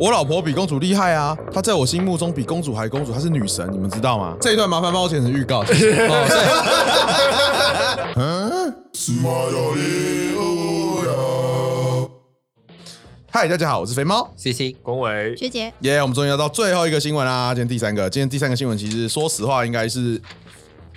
我老婆比公主厉害啊，她在我心目中比公主还公主，她是女神，你们知道吗？这一段麻烦帮我剪成预告。谢谢 哦对嗨，大家好，我是肥猫。 C C，恭维，学姐，耶、我们终于要到最后一个新闻啦！今天第三个，今天第三个新闻其实说实话应该是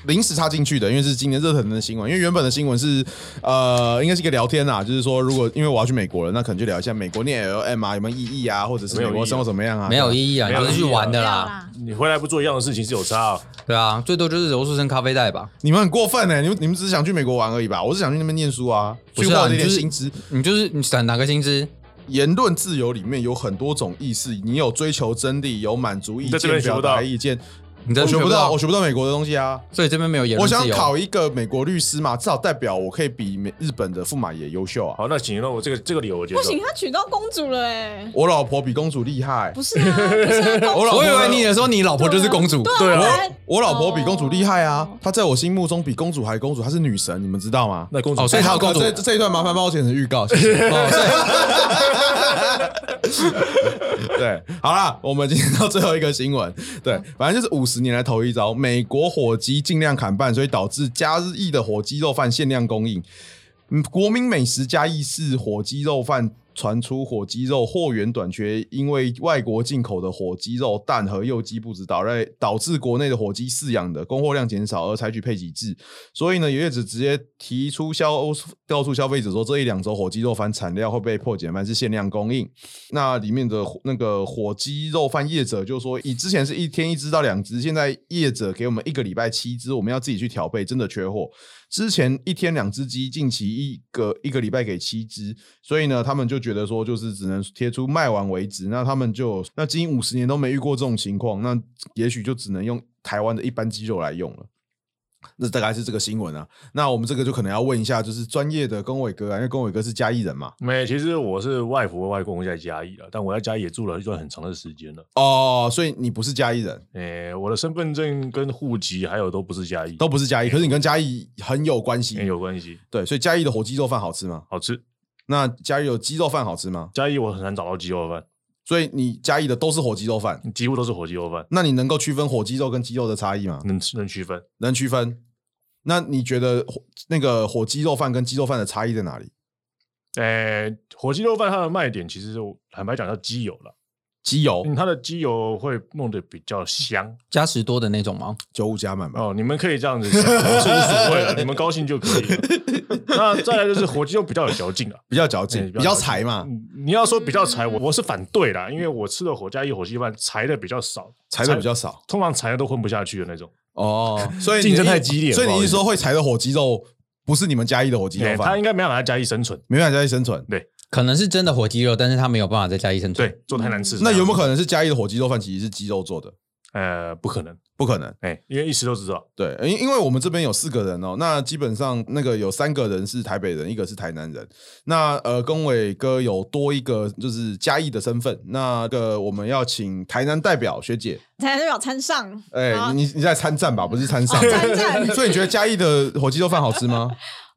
临时插进去的，因为是今天热腾腾的新闻。因为原本的新闻是呃，应该是一个聊天啦，就是说如果因为我要去美国了，那可能就聊一下美国念 L M 啊有没有意义啊，或者是没美有国生活怎么样啊？没有意义啊，没有你都是去玩的对啦，啦，你回来不做一样的事情是有差啊、对啊，最多就是柔术生咖啡袋吧。你们很过分呢、欸你们你们只是想去美国玩而已吧？我是想去那边念书啊，不去是啊获得一点你就是薪资。你就是你想哪个薪资？言论自由里面有很多种意思，你有追求真理，有满足意你在这见、边学表不到达意见，你真我的学不到，我学不到美国的东西啊。所以这边没有言我论自由。想考一个美国律师嘛，至少代表我可以比美日本的驸马爷优秀啊。好，那行，那我这个这个理由我觉得不行，，她娶到公主了哎，我老婆比公主厉害，不是啊，不是啊公我主老我以婆为你也说你老婆就是公主，对啊我来我老婆比公主厉害啊哦，她在我心目中比公主还公主，她是女神，你们知道吗？那公主哦所以她有公主这这一段麻烦帮我剪成预告。谢谢 哦对，好啦，我们今天到最后一个新闻，对，反正就是五十年来头一遭，美国火鸡尽量砍半，所以导致加日裔的火鸡肉饭限量供应。嗯，国民美食加意式火鸡肉饭传出火鸡肉货源短缺，因为外国进口的火鸡肉蛋和幼鸡不知道，来导致国内的火鸡饲养的供货量减少，而采取配给制。所以呢，有业者直接提出消告诉消费者说，这一两周火鸡肉饭产量会被破减半，是限量供应。那里面的火那个火鸡肉饭业者就说，以之前是一天一只到两只，现在业者给我们一个礼拜七只，我们要自己去调配，真的缺货。之前一天两只鸡，近期一个一个礼拜给七只，所以呢，他们就觉得说，就是只能贴出卖完为止。那他们就那近五十年都没遇过这种情况，那也许就只能用台湾的一般鸡肉来用了。那大概是这个新闻啊。那我们这个就可能要问一下，就是专业的龚伟哥啊，因为龚伟哥是嘉义人嘛。没，其实我是外婆外公在嘉义了，但我在嘉义也住了一段很长的时间了。哦，所以你不是嘉义人，诶、我的身份证跟户籍还有都不是嘉义，都不是嘉义，可是你跟嘉义很有关诶系。有关系，对，所以嘉义的火鸡肉饭好吃吗？好吃。那嘉义有鸡肉饭好吃吗？嘉义我很难找到鸡肉饭，所以你嘉义的都是火鸡肉饭，几乎都是火鸡肉饭，那你能够区分火鸡肉跟鸡肉的差异吗？能吃能区分。能区分。那你觉得火那个火鸡肉饭跟鸡肉饭的差异在哪里？诶、哎火鸡肉饭它的卖点其实我坦白讲叫鸡油了，鸡油嗯，它的鸡油会弄得比较香加十多的那种吗？九五加满吧。哦，你们可以这样 子想，我是无所谓了，你们高兴就可以了。那再来就是火鸡肉比较有嚼劲了。比较嚼哎劲，比较比较嚼劲柴嘛，嗯你要说比较柴，我我是反对啦，因为我吃的火加一火鸡饭柴的比较少，柴的比较少通常柴的都混不下去的那种。哦，所以竞争你的太意激烈了所以不你好意是思说会柴的火鸡肉不是你们嘉义的火鸡哎肉他饭，应该没办法在嘉义生存，没办法嘉义生存。可能是真的火鸡肉，但是他没有办法在家医生存。对，做太难吃。那有没有可能是嘉义的火鸡肉饭其实是鸡肉做的？呃，不可能，不可能，哎，因为一吃都知道。 对，因因为我们这边有四个人哦，那基本上那个有三个人是台北人，一个是台南人。那呃，龚伟哥有多一个就是嘉义的身份，那个我们要请台南代表学姐，才代表参上，哎、好你你在参战吧，不是参上、哦参战 所以你觉得嘉义的火鸡肉饭好吃 吗？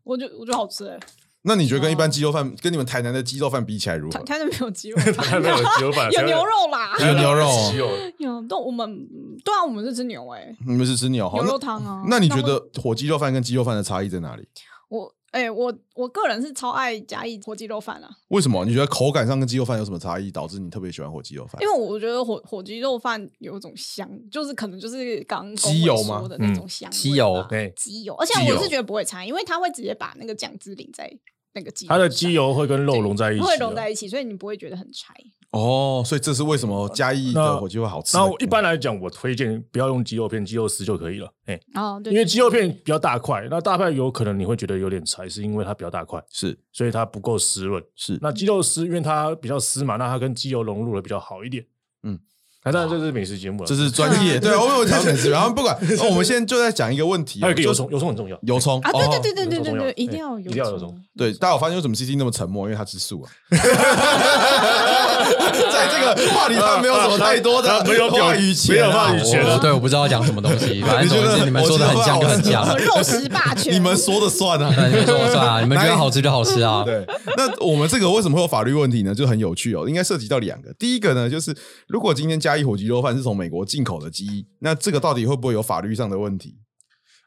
我就我觉得好吃哎，那你觉得跟一哦般鸡肉饭，跟你们台南的鸡肉饭比起来如台何？台南没有鸡肉 饭，没有鸡肉 饭， 有牛肉啦， 有牛肉，哦 鸡肉有，但我们对啊，我们是吃牛哎，你们是吃牛牛哈？肉那汤啊。那你觉我得火鸡肉饭跟鸡肉饭的差异在哪里？我哎、我我个人是超爱嘉义火鸡肉饭啊，为什么？你觉得口感上跟鸡肉饭有什么差异，导致你特别喜欢火鸡肉饭因？为我觉得火火鸡肉饭有一种香，就是可能就是刚刚鸡油吗说的那种香味吧、鸡油对鸡油，而且鸡油我是觉得不会差，因为它会直接把那个酱汁淋在那个鸡，它的鸡。油会跟肉融在一起，会融在。一起，所以你不会觉得很柴。哦，所以这是为什么嘉义的火鸡会好吃的那原因？我一般来讲，我推荐不要用鸡肉片、鸡肉丝就可以了。哎，哦，对，因为鸡肉片比较大块，那大块有可能你会觉得有点柴，是因为它比较大块，是所以它不够湿润。是那鸡肉丝因为它比较丝嘛，那它跟鸡油融入的比较好一点。嗯嗯，那当然这是美食节目了，这是专 业。对，我有挑选吃，然后不管，哦我们现在就在讲一个问题，啊还有一个就油是葱，油葱很重要。油葱啊，对对对哦对对对对，一定有要哎有，一定要有种。对，大家有发现为什么 C C 那么沉默？因为他吃素 啊。在这个话题上没有什么太多 的没有表话语权啊，没有话语权我啊对，我不知道讲什么东 西，反正你觉总得而言之你们说的很像就很像我 什。么肉食霸权，你们说的算啊。 对，你们说我算啊，你们觉得好吃就好吃啊。对，那我们这个为什么会有法律问题呢？就很有趣哦，应该涉及到两个。第一个呢，就是如果今天嘉义火鸡肉饭是从美国进口的鸡，那这个到底会不会有法律上的问题？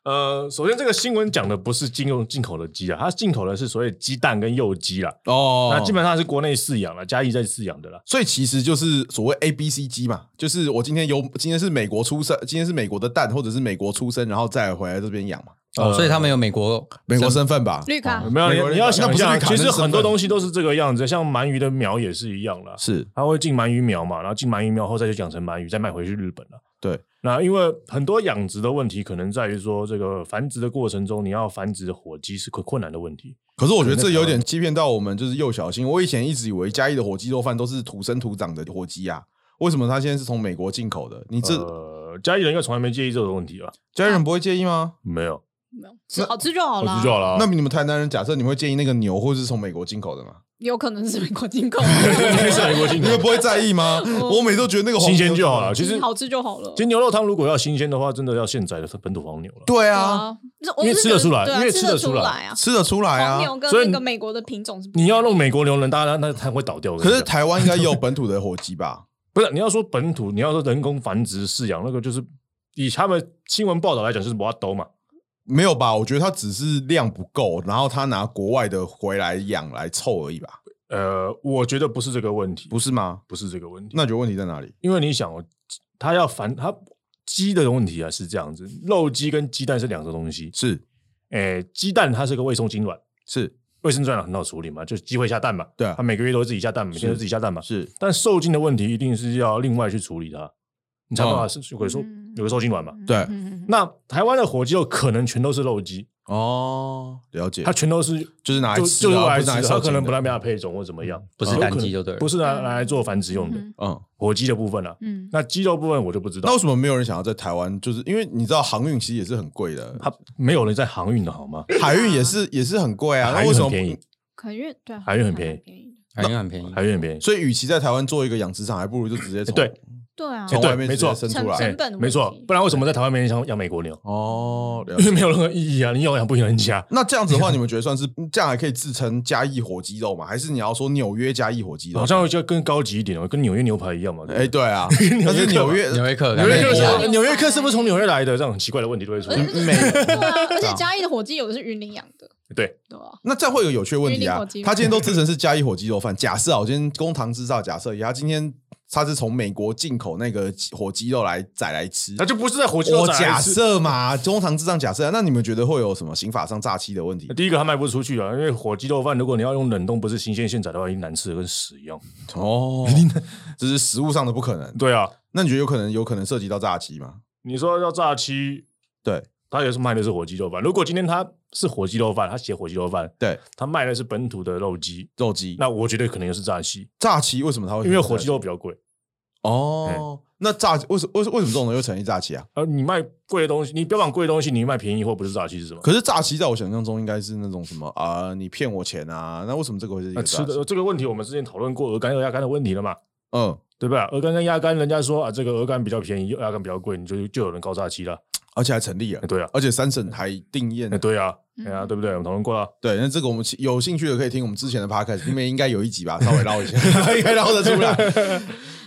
呃，首先这个新闻讲的不是进用进口的鸡啊，它进口的是所谓鸡蛋跟幼鸡啦，哦那基本上是国内饲养了，嘉义在饲养的啦。所以其实就是所谓 A B C 鸡嘛，就是我今天有今天是美国出生，今天是美国的蛋，或者是美国出生，然后再回来这边养嘛，哦，所以他们有美国美国身份吧？绿卡哦没有，美国你你要那想不一是下，绿卡其那实是身很多份东西都是这个样子，像鳗鱼的苗也是一样啦，是它会进鳗鱼苗嘛，然后进鳗鱼苗后再就养成鳗鱼，再卖回去日本了。对，那因为很多养殖的问题，可能在于说这个繁殖的过程中，你要繁殖火鸡是很困难的问题。可是我觉得这有点欺骗到我们，就是幼小心。我以前一直以为嘉义的火鸡肉饭都是土生土长的火鸡啊，为什么它现在是从美国进口的？你这、呃，家里人应该从来没介意这种问题吧？嘉义人不会介意吗？没有，没有吃 好吃就好我啦知，道了。那你们台南人假设你会介意那个牛或是从美国进口的吗？有可能是美国进口，那是美国进你口们不会在意吗？ 我我每次都觉得那个黄新鲜牛就好了。 其实嗯好吃就好了其。实牛肉汤如果要新鲜的话，真的要现宰的本土黄牛了。对啊，啊，这我因为是吃得觉出来对啊因为吃吃得出出来来啊。吃得出来黄啊。牛跟所以那个你美国的品种是不一你要样的弄美国牛人，大家那它会倒掉。我跟可你是讲台湾应该也有本土的火鸡吧？不是你要说本土，你要说人工繁殖饲养，那个就是以他们新闻报道来讲，就是挖兜嘛。没有吧？我觉得它只是量不够，然后他拿国外的回来养来凑而已吧，呃，我觉得不是这个问题，不是吗？不是这个问题，那你觉得问题在哪里？因为你想，哦，它要繁它鸡的问题啊是这样子，肉鸡跟鸡蛋是两个东西。是诶，鸡蛋它是个胃松精卵，是胃生精卵很好处理嘛，就是鸡会下蛋嘛，对啊它每个月都会自己下蛋，每天都自己下蛋嘛。是，但受精的问题一定是要另外去处理它，你才有办法嗯是有个受嗯有个受精卵嘛。对嗯那台湾的火鸡肉可能全都是肉鸡，哦，了解，它全都是就是拿来就吃就是的啊来不是拿来吃的，烧它可钱能的不来没法配种或怎么样，不是有单可鸡能就对了不是拿拿来做繁殖用的。嗯嗯。火鸡的部分啊，嗯那鸡肉部分我就不知道那为，什么没有人想要在台湾？就是因为你知道航运其实也是很贵的，它没有人在航运的好吗？海运也是也是很贵啊。海那运为什很么便宜不？，可运对啊，海运很还便宜蛮宜的，海运很便宜，海运很便宜。所以，与其在台湾做一个养殖场，还不如就直接从哎对对啊，从对外面没直接错生成出来。成哎本的没错问题，不然为什么在台湾没人想养美国牛？哦，了因为解。没有任何意义啊！你有养不养人家？ 那这样子的话，你们觉得算是这样还可以自称嘉义火鸡肉吗？还是你要说纽约嘉义火鸡肉？好像就要更高级一点哦，跟纽约牛排一样嘛。对不哎，对对 啊，纽但是约客纽约纽约客，纽约客感觉是不一啊样不是纽约客是不是从纽约来的？这样很奇怪的问题都会出而且现。这美对 啊，而对且啊嘉义的火鸡有的是云林养的，对，对啊，那这样会有个有趣的问题云林啊火鸡！他今天都自称是嘉义火鸡肉饭，假设啊，我今天公堂之上假设一下，他今天他是从美国进口那个火鸡肉来宰来吃那，就不是在火鸡肉我展假来吃设嘛，公堂之上假设啊，那你们觉得会有什么刑法上诈欺的问题？哎第一个它卖不出去啊，因为火鸡肉饭如果你要用冷冻，不是新鲜现宰的话，已经难吃的跟屎一样。 哦，这是实物上的不可能。对啊，那你觉得有可能有可能涉及到诈欺吗？你说要炸鸡，对他也是卖的是火鸡肉饭。如果今天他是火鸡肉饭，他写火鸡肉饭，对，他卖的是本土的肉鸡，肉鸡那我觉得可能也是炸鸡，诈欺为什么他会？因为火鸡肉比哎较贵。哦，那诈为什为什为什么这种人会成立诈欺啊？而你卖贵的东西，你标榜贵的东西，你卖便宜或不是炸鸡是什么？可是诈欺在我想象中应该是那种什么啊、你骗我钱啊？那为什么这个会是一那个吃诈的欺？这个问题，我们之前讨论过鹅肝和鸭肝的问题了嘛？嗯。对吧？鹅肝跟鸭肝，人家说啊，这个鹅肝比较便宜，鸭肝比较贵，你就就有人告炸鸡了。而且还成立了哎，对啊，而且三审还定验哎，。对啊，哎呀，嗯对不对？我们讨论过了。 对，那这个我们其有兴趣的可以听我们之前的 podcast，里面应该有一集 吧，稍微捞一下，应该捞得出来。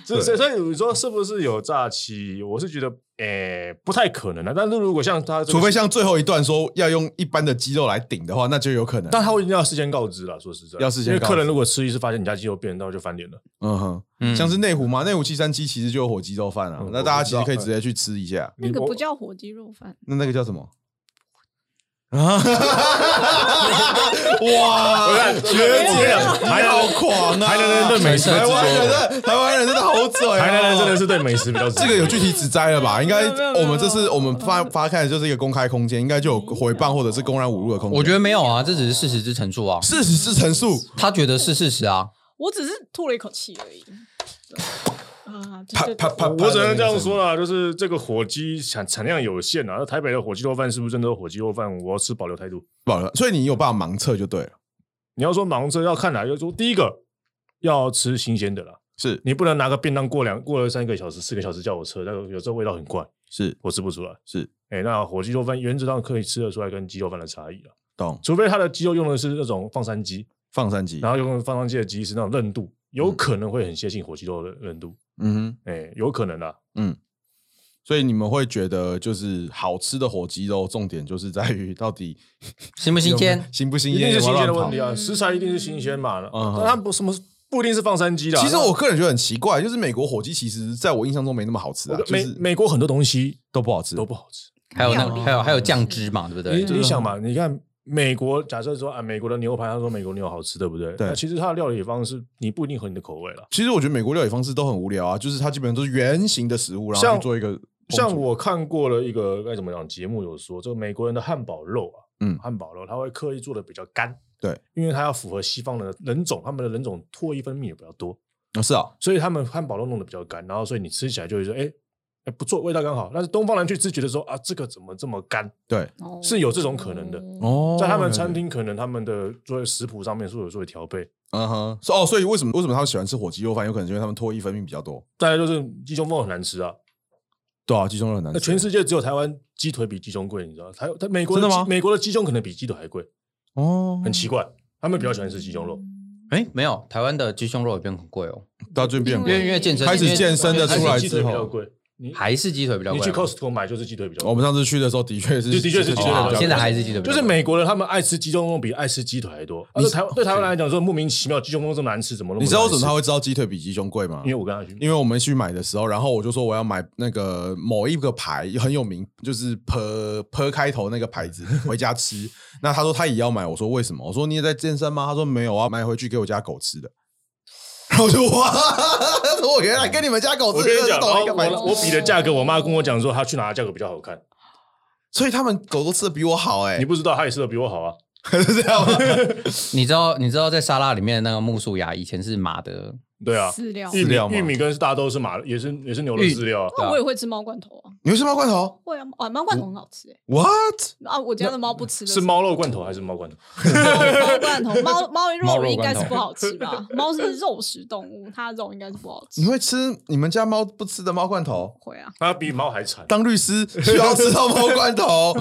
所以所以所以你说是不是有诈欺？我是觉得，诶、不太可能的、啊但是如果像他、这个，除非像最后一段说要用一般的肌肉来顶的话，那就有可能。但他会一定要事先告知了。说实在，要事先因为告客人知如果吃一次发现你家鸡肉变，那就翻脸了。嗯哼，嗯像是内湖嘛，内湖七三七其实就有火鸡肉饭啊嗯，那大家其实可以直接去吃一下。那个我不叫火鸡肉饭，那那个叫什 么？啊！哇，学姐还好狂啊！台南人对美食台湾人真的，台湾人真的好嘴啊！台南人真的是对美食比较执这个有具体指摘了吧？应该没有没有没有我们这次我们发发开的就是一个公开空间，应该就有回谤或者是公然侮辱的空间。我觉得没有啊，这只是事实之陈述啊。事实是陈述，他觉得是事实啊，我只是吐了一口气而已。啊，对啪对啪对啪，我只能这样说啦，就是这个火鸡产产量有限啊。那台北的火鸡肉饭是不是真的有火鸡肉饭？我要持保留态度。饱了，所以你有办法盲测就对了，你要说盲测，要看哪一个？说第一个要吃新鲜的啦，是你不能拿个便当过两过了三个小时、四个小时叫我吃，那个有时候味道很怪，是我吃不出来。是，哎、那火鸡肉饭原则上可以吃得出来跟鸡肉饭的差异了，懂除非它的鸡肉用的是那种放山鸡，放山鸡然，后用放山鸡的鸡是那种韧度，有可能会很接近火鸡肉的韧度，嗯哼，哎、有可能啊。嗯。所以你们会觉得，就是好吃的火鸡肉，重点就是在于 到底新不新鲜？新不新一鲜，定是有没有新鲜的乱跑问题啊，食材一定是新鲜嘛。嗯但它不什么不一定是放山鸡的啊。其实那我个人觉得很奇怪，就是美国火鸡其实在我印象中没那么好吃啊，就美是美国很多东西都不好吃，都不好吃。还有料理那还有还有酱汁嘛，对不嗯对？你你想嘛，你看美国，假设说啊，美国的牛排，他说美国牛好吃，对不对？对那其实它的料理方式你不一定合你的口味了。其实我觉得美国料理方式都很无聊啊，就是它基本上都是圆形的食物，然后像去做一个像我看过了一个该怎么讲节目有说，这个美国人的汉堡肉啊，嗯汉堡肉他会刻意做的比较干，对，因为它要符合西方的人种，他们的人种唾液分泌也比较多，啊是啊，所以他们汉堡肉弄得比较干，然后所以你吃起来就会说，哎、哎不错，味道刚好。但是东方人去吃，觉得说啊，这个怎么这么干？对哦是有这种可能的哦在他们餐，厅，可能他们的做食谱上面是有做调配，嗯哼，所以哦，所以为什么为什么他们喜欢吃火鸡肉饭？有可能是因为他们唾液分泌比较多，再来就是鸡胸肉很难吃啊，对啊，鸡胸肉很难那吃，全世界只有台湾鸡腿比鸡胸贵，你知道？台它美国的真的鸡吗美国的鸡胸可能比鸡腿还贵，哦，很奇怪，他们比较喜欢吃鸡胸肉。嗯哎，没有，台湾的鸡胸肉也变很贵哦，到最后变因为贵。因为健身开始因为健身的还是出来鸡腿之后比较贵，你还是鸡腿比较你贵啊。去 Costco 买就是鸡腿比较我贵。们上次去的时候，的确是就的确是鸡腿啊比较贵现在还是鸡腿比较就贵，是美国人，他们爱吃鸡胸肉比爱吃鸡腿还多。而且台对台湾来讲说，莫名其妙鸡胸肉这么难吃，怎么那么你知道为难什么吃他会知道鸡腿比鸡胸贵吗？因为我跟他去，因为我们去买的时候，然后我就说我要买那个某一个牌很有名，就是 per per 开头那个牌 子回家吃。那他说他也要买，我说为什么？我说你也在健身吗？他说没有啊，买回去给我家狗吃的。 然后我就哇， 我原来跟你们家狗我吃跟你的是讲，然同后一个牌子，我我比的价格，我妈跟我讲说，她去哪个价格比较好看。所以他们狗都吃的比我好哎、你不知道，她也吃的比我好啊。是这样吗？你知道你知道在沙拉里面的那个木薯芽以前是马的，对啊，饲料。玉饲料米嘛玉米跟大豆是马，也是也是牛的玉饲料啊。那我也会吃猫罐头啊，你们吃猫罐头会啊，啊，猫罐头很好吃哎。 ？What？啊，我家的猫不吃的是猫肉罐头还是猫罐头？猫罐头，猫猫猫肉肉应该罐头是不好吃吧？猫是肉食动物，它的肉应该是不好吃你。会吃你们家猫不吃的猫罐头？会啊，它比猫还 惨。当律师需要吃到猫罐头，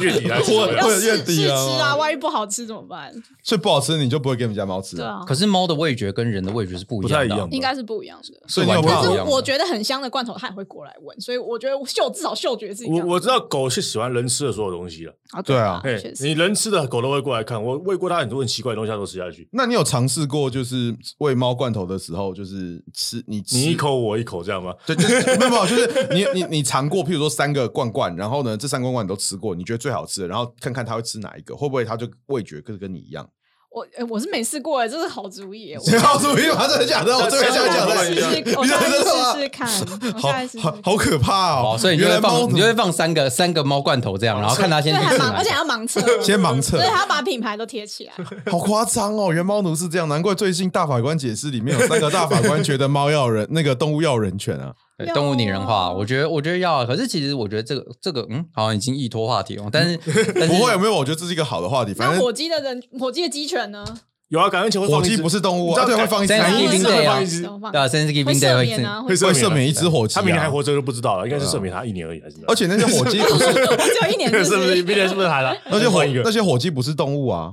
月底来吃回来我要有试怨试敌吃啊啊，万一不好吃怎么办？所以不好吃你就不会给你们家猫吃对啊。啊，可是猫的味觉跟人的味觉是不一样的啊，吧应该是不一样的。所以你有是完办法全不一就样是我觉得很香的罐头，它也会过来闻，所以我觉得嗅至少嗅觉是一我样的。我知道狗是喜欢人吃的所有东西了，啊对啊嘿确，实你人吃的狗都会过来看。我喂过它很多很奇怪的东西，它都吃下去，那你有尝试过就是喂猫罐头的时候，就是吃你吃你一，口我一口这样吗？对，就是没有没有，就是你你你尝过，譬如说三个罐罐，然后呢这三个罐罐你都吃过，你觉得最好吃的，然后看看它会吃哪一个，会不会它就味觉跟跟你一样？我呃我是没试过哎，这是好主意耶。我最好注意吗？真的假的？我这边想讲我的下是次一样试试，我下次试试看，我好下次试试好看。好可怕哦！哦，所以你就原来会猫放你就会放三个三个猫罐头这样，然后看它先对，去哦还吃哪盲，个，而且还要盲测，先盲测所以，他要把品牌都贴起来。好夸张哦！原猫奴是这样，难怪最近大法官解释里面有三个大法官觉得猫要人那个动物要人权啊。对要动物拟人化，啊我觉得我觉得要啊，可是其实我觉得这个这个嗯，好像已经一脱话题了，但 是但是不会有没有？我觉得这是一个好的话题，反那正火鸡的人，火鸡的鸡犬呢？有啊，感恩节会火放一鸡只不是动物你知啊，道对，会放一只感鸡恩翅一定会得啊放一只都放对啊，甚至会 Giving Day 赦会免啊，会会赦赦免免一只火鸡、啊，哦他明年还活着都不知道了，应该是赦免他一年而已，还是而且那些火鸡 不 是，啊只有一年是不是不是是？明年是不是还了？那些火换一个那些火鸡不是动物啊，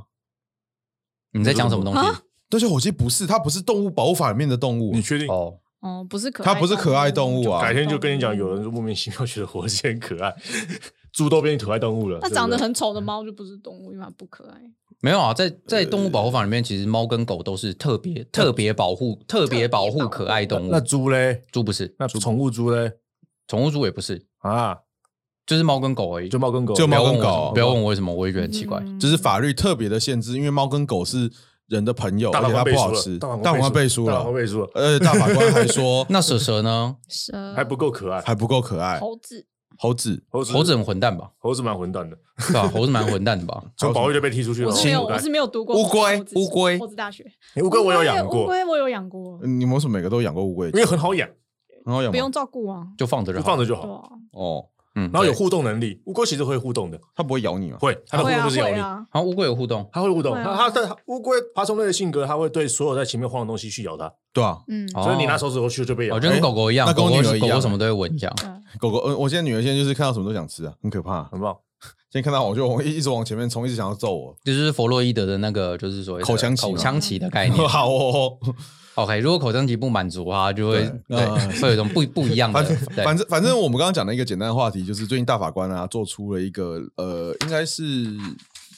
你在讲什么东西啊？那些火鸡不是，它不是动物保护法里面的动物啊你，确定？哦，哦，不是可爱它不是可爱动物啊改天就跟你嗯讲，有人就莫名其妙觉得火鸡很可爱，猪都变可爱动物了。那对不长得对很丑的猫就不是动物，因为它不可爱。没有啊，在在动物保护法里面，其实猫跟狗都是特别特别保护特别保护可爱动那物，猪嘞？猪不是，那宠物猪嘞？宠物猪也不是，啊，就是猫跟狗而已。就猫跟狗，啊就不猫要问跟我狗不要问我为什么，我也觉得很奇怪。嗯就是法律特别的限制，因为猫跟狗是人的朋友，大而法且它官背不好书吃。了，法官背书大法官了，背书了，而且大法官还说那蛇蛇呢？蛇还不够可爱。还不够可爱，猴子，猴子猴子猴子很混蛋吧？猴子蛮混蛋的，对吧？猴子蛮混蛋的吧？ 从保育就被踢出去了。我是没有，我是没有读过乌龟猴子乌龟猴子大学乌龟我有养乌过，龟我有养过，嗯你们为什么每个都养过乌龟因？为很好养，然后有不吗用照顾啊，就放着就就好放着就对好。啊，哦，嗯，然后有对哦互动能力，乌龟其实会互动的，它不会咬你吗？会，它的互会动啊就是咬会你。啊，然后乌龟有互动，它会互动，会啊它它但乌龟爬虫类的性格，它会对所有在前面晃的东西去咬它，对啊，嗯，哦所以你拿手指头去就被咬我。就跟哎狗狗一样，那跟我狗狗女儿一狗样狗什么都会闻一下。嗯狗狗，嗯，我现在女儿现在就是看到什么都想吃啊，很可怕、很嗯棒，现在看到我就 往一一直往前面冲，一直想要揍我。这就是弗洛伊德的那个，就是所谓的口腔期口嘛腔期的概念。 好哦， OK，如果口腔期不满足啊，就会对对嗯会有一种不不一样的反正。对反正反正我们刚刚讲的一个简单的话题，就是最近大法官啊做出了一个呃，应该是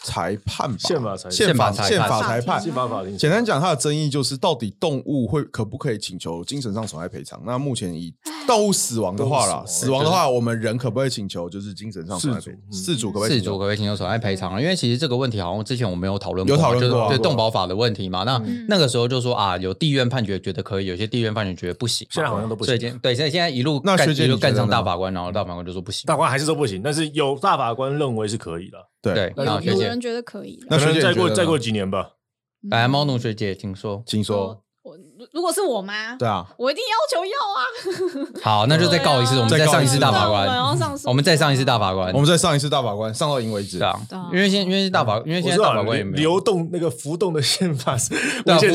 裁判吧，宪法裁宪法宪宪法法裁判裁判宪啊法法令简单，讲，它的争议就是到底动物会可不可以请求精神上损害赔偿？那目前以动物死亡的话啦，动物死死亡亡的话，我们人可不可以请求就是精神上损害赔事主嗯事主可不可以事请主可求？不可以请求损害赔偿啊？因为其实这个问题好像之前我们有讨论过有嘛，讨论就是过啊对过啊动保法的问题嘛。那嗯那个时候就说啊，有地院判决觉得可以，有些地院判决觉得不行嘛。现在好像都不所以行，今对，所以现在一路那干学姐一路你觉得干上呢大法官，然后大法官就说不行。大法官还是说不行，但是有大法官认为是可以的。对对，，那然后有学有姐人，觉得可以啦，那学可能姐再你觉得过呢再过几年吧，来猫奴奴学姐，请说。请哦说。我如果是我妈，对啊，我一定要求要啊，好，嗯那就再告一次，对啊我们再上一次大法对啊我们要上官诉，我们再上一次大法官我，们再上一次大法官，上到赢为止对。啊对啊，因为现因为是大法，因为我现在知大道法官也流没有流动那个浮动的宪法是， 对文啊件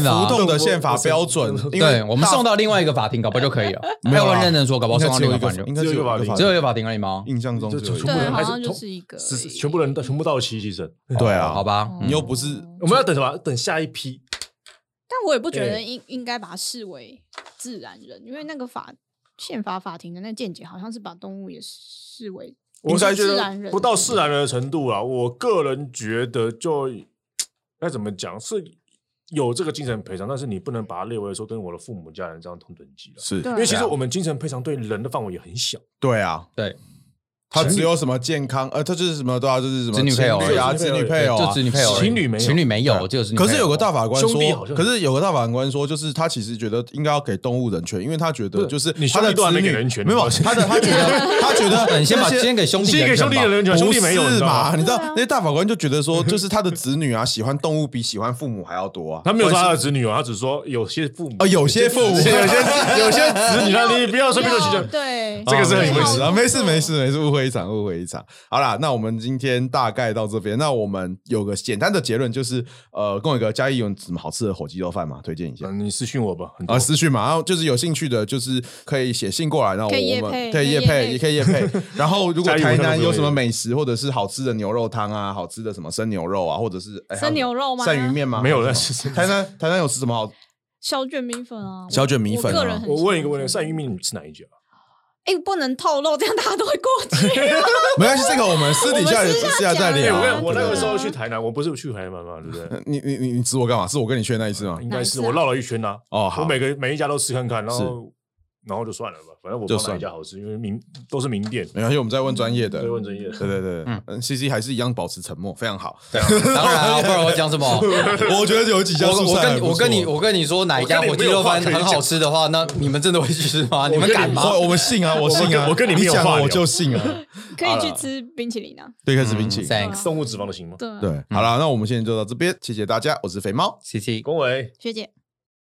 是浮动这叫浮动的宪法的宪法标准，因为对，我们大送到另外一个法庭，搞不好就可以了。没有啦要认真说，搞不好送到另外一个法庭应就该只有一个法应该庭，只有一个法庭而已吗？印象中就只有一全部对，人个。好还是像就同是一个而是是已全部人全部到齐起审。对啊，好，吧，哦嗯你又不是我们要等什么？等下一批。但我也不觉得对应应该把它视为自然人，因为那个法宪法法庭的那见解好像是把动物也视为我才觉自然得人不到自然人的程度啦。我个人觉得就该怎么讲是有这个精神赔偿，但是你不能把它列为说跟我的父母家人这样同等级了。是对因为其实我们精神赔偿对人的范围也很小，对啊，对，他只有什么健康，呃，他就是什么对啊，就是什么子女配偶情侣啊，对子女配偶啊，就子女配偶而已，情侣没有情侣没有，对就是可是有个大法官兄弟好说，像可是有个大法官说，就是他其实觉得应该要给动物人权，因为他觉得对就是你他兄的弟都还子没女给人权没有你知道他的他觉 得他觉得 你先把那些先给兄弟先给兄弟的人权，兄不弟没有，你是知道吗嘛？？你知道对啊那些大法官就觉得说，就是他的子女啊，喜欢动物比喜欢父母还要多啊。他没有说他的子女哦，他只说有些父母呃，有些父母有些 有些子女，那你不要随便就起要争。对这个是很没回事事啊，没事没事没事，误会一场误会一场。好啦，那我们今天大概到这边。那我们有个简单的结论，就是呃，跟我一个嘉义有什么好吃的火鸡肉饭嘛，推荐一下。嗯，你私信我吧，很多啊，私讯嘛，然后就是有兴趣的，就是可以写信过来，然后可以我业们配可以夜可配，以业配也可以夜配。然后如果嘉义台我南看到有什么没有美食，或者是好吃的牛肉汤啊，好吃的什么生牛肉啊，或者是哎还有生牛肉吗？鳝鱼面吗？哦没有还了。是什么台南台南有吃什么好？ 小卷米粉啊，小卷米粉啊我个人很 喜我欢问一个问题，鳝鱼面你吃哪一家？哎、不能透露，这样大家都会过 去。没关系，这个我们私底下我也们私私下底下再讲啊哎，聊我啊。嗯跟对不我那个对啊时候去台南，我不是去台南嘛，对不对？你你你你指我干嘛？是我跟你去的那一次吗？应该是哪一次啊我绕了一圈呐、哦好我每个每一家都吃看看，然是后然后就算了吧，反正我不就知道哪算一家好吃，因为名都是名店，没关系，我们在问专业的所以。嗯问专业的。对对对，嗯嗯，C C 还是一样保持沉默，非常 好。当然啊，不然我讲什么？我觉得有几家我蔬我菜还跟不错我跟你我跟你说哪一家火鸡肉饭很好吃的话，那你们真的会去吃吗？你们敢吗？我我们信啊，我信啊，我跟你没有讲话了聊我就信啊。可以去吃冰淇淋啊，对，开始冰淇嗯淋。 Thanks，动物脂肪的行吗？对啊，对，好了，那我们现在就到这边，谢谢大家，我是肥猫。谢谢。恭维。学姐。